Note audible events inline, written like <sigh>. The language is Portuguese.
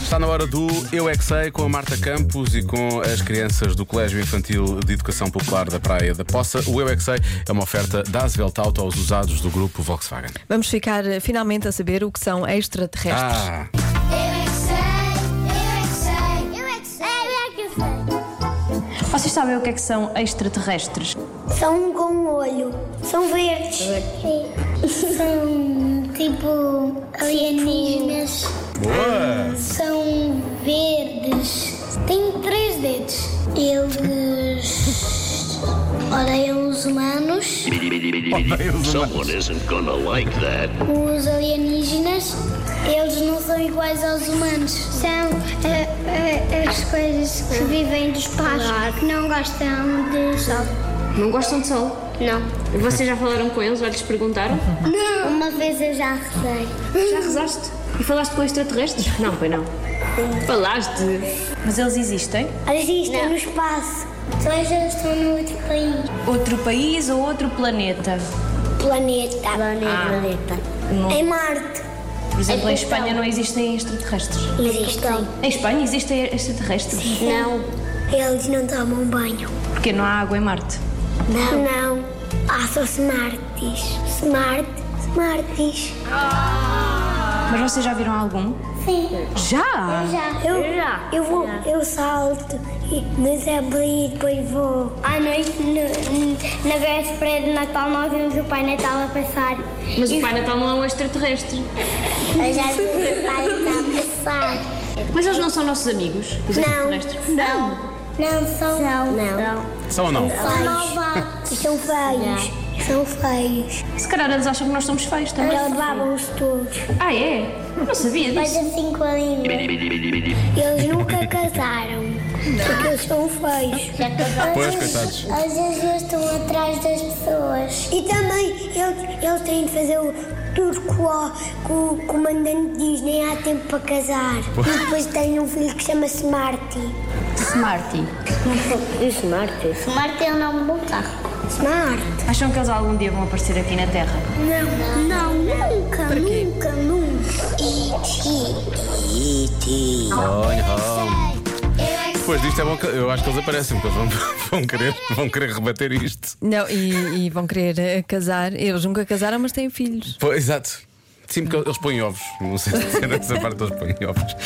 Está na hora do Eu É Que Sei com a Marta Campos e com as crianças do Colégio Infantil de Educação Popular da Praia da Poça. O Eu É Que Sei é uma oferta da Asvelt Auto aos usados do grupo Volkswagen. Vamos ficar eh, finalmente a saber o que são extraterrestres. Ah, Eu é que sei, eu é que sei, eu é que sei, eu é Vocês sabem o que é que são extraterrestres? que sei. São com olho, são verdes. São tipo alienígenas. boa! São verdes. Têm três dedos. Eles odeiam os humanos. Someone isn't gonna like that. Os alienígenas, eles não são iguais aos humanos. São eh, eh, as coisas que vivem do espaço, que não gostam de sol. Não gostam de sol? Não. E Vocês já falaram com eles? Já lhes perguntaram? Uma vez eu já rezei. Já rezaste? E falaste com extraterrestres? Não, foi não. Falaste? Mas eles existem? Existem no espaço. Só já estão no outro país. Outro país ou outro planeta? Planeta. Ah. Planeta. Em Marte. Por exemplo, em Espanha não existem extraterrestres. Existem. Em Espanha existem extraterrestres? Não. Então, Eles não tomam banho. Porque não há água em Marte. Não. Não. Ah, são smarties. Smart. Smarties. Mas vocês já viram algum? Sim. Já! Já. Eu, eu vou, eu salto e desabro e depois vou. À noite, na véspera de Natal, nós vimos o Pai Natal a passar. Mas o Pai Natal não é um extraterrestre. Eu já vi o Pai Natal a passar. Mas eles não são nossos amigos, os Não. extraterrestres? Não. Não são. Não. Não. São ou não? São malvados. São feios. São feios. Se calhar eles acham que nós somos feios também. Levavam-os todos. Ah, é? Eu Não sabia Mas disso. assim com a língua. Eles nunca casaram. Porque eles são feios. Pois, coitados. Às vezes eles estão atrás das pessoas. E também eles, eles têm de fazer o, tudo que o, que o comandante diz. Nem há tempo para casar. E depois têm um filho que chama-se Marty. Smarty. Smart é o nome do carro. Smart. Acham que eles algum dia vão aparecer aqui na Terra? Não, não, nunca, nunca, nunca. Olha, Depois disto é bom que eu acho que eles aparecem, porque eles vão, <laughs> vão querer, vão querer rebater isto. Não, e, e vão querer eh, casar. Eles nunca casaram, mas têm filhos. Pois, exato. Sim, porque eles põem ovos. Não sei se nessa é parte eles põem ovos.